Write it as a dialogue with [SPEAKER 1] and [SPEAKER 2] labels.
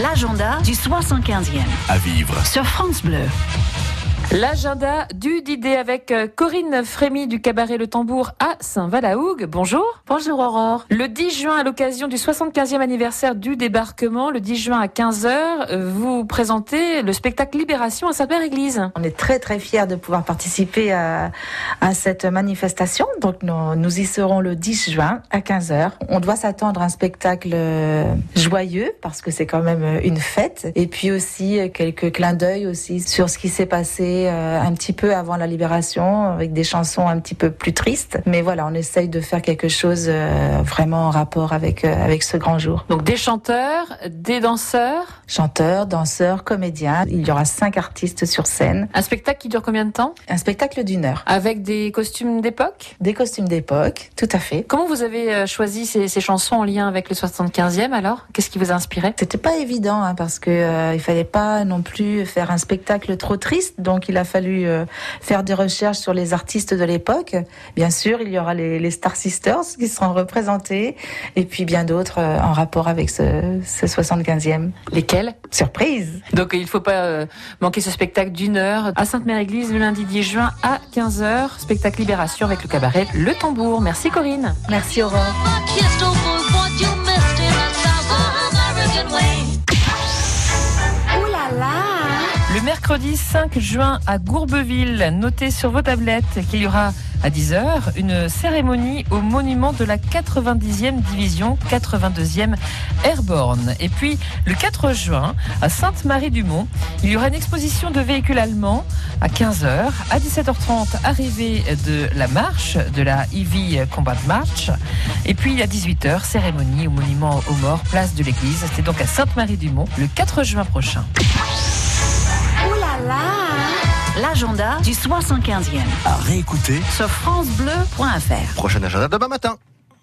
[SPEAKER 1] l'agenda du 75e.
[SPEAKER 2] À vivre.
[SPEAKER 1] Sur France Bleu.
[SPEAKER 3] L'agenda du Didé avec euh, Corinne Frémy du cabaret Le Tambour à Saint-Valahougue. Bonjour.
[SPEAKER 4] Bonjour Aurore.
[SPEAKER 3] Le 10 juin, à l'occasion du 75e anniversaire du débarquement, le 10 juin à 15h, vous présentez le spectacle Libération à Saint-Père-Église.
[SPEAKER 4] On est très très fiers de pouvoir participer à, à cette manifestation. Donc nous, nous, y serons le 10 juin à 15h. On doit s'attendre à un spectacle euh, joyeux parce que c'est quand même euh, une fête. Et puis aussi euh, quelques clins d'œil aussi sur ce qui s'est passé euh, un petit peu avant la libération avec des chansons un petit peu plus tristes. Mais voilà, on essaye de faire quelque chose euh, vraiment en rapport avec, euh, avec ce grand jour.
[SPEAKER 3] Donc des chanteurs, des danseurs
[SPEAKER 4] Chanteurs, danseurs, comédiens. Il y aura cinq artistes sur scène.
[SPEAKER 3] Un spectacle qui dure combien de temps
[SPEAKER 4] Un spectacle d'une heure.
[SPEAKER 3] Avec des costumes d'époque
[SPEAKER 4] Des costumes d'époque, tout à fait.
[SPEAKER 3] Comment vous avez euh, choisi ces, ces chansons en lien avec le 75e alors Qu'est-ce qui vous a inspiré
[SPEAKER 4] C'était pas évident hein, parce que euh, il fallait pas non plus faire un spectacle trop triste. Donc il a fallu euh, faire des recherches sur les artistes de l'époque. Bien sûr, il y aura les, les, Star Sisters qui seront représentés et puis bien d'autres euh, en rapport avec ce, ce 75e.
[SPEAKER 3] Lesquels
[SPEAKER 4] Surprise
[SPEAKER 3] Donc il ne faut pas euh, manquer ce spectacle d'une heure à Sainte-Mère-Église le lundi 10 juin à 15h. Spectacle Libération avec le cabaret Le Tambour. Merci Corinne.
[SPEAKER 4] Merci Aurore.
[SPEAKER 3] Le mercredi 5 juin à Gourbeville, notez sur vos tablettes qu'il y aura à 10h une cérémonie au monument de la 90e division 82e Airborne. Et puis le 4 juin à Sainte-Marie-du-Mont, il y aura une exposition de véhicules allemands à 15h. À 17h30, arrivée de la marche, de la EV Combat March. Et puis à 18h, cérémonie au monument aux morts, place de l'église. C'est donc à Sainte-Marie-du-Mont le 4 juin prochain.
[SPEAKER 1] L'agenda du 75e.
[SPEAKER 2] À réécouter
[SPEAKER 1] sur FranceBleu.fr.
[SPEAKER 2] Prochain agenda demain matin.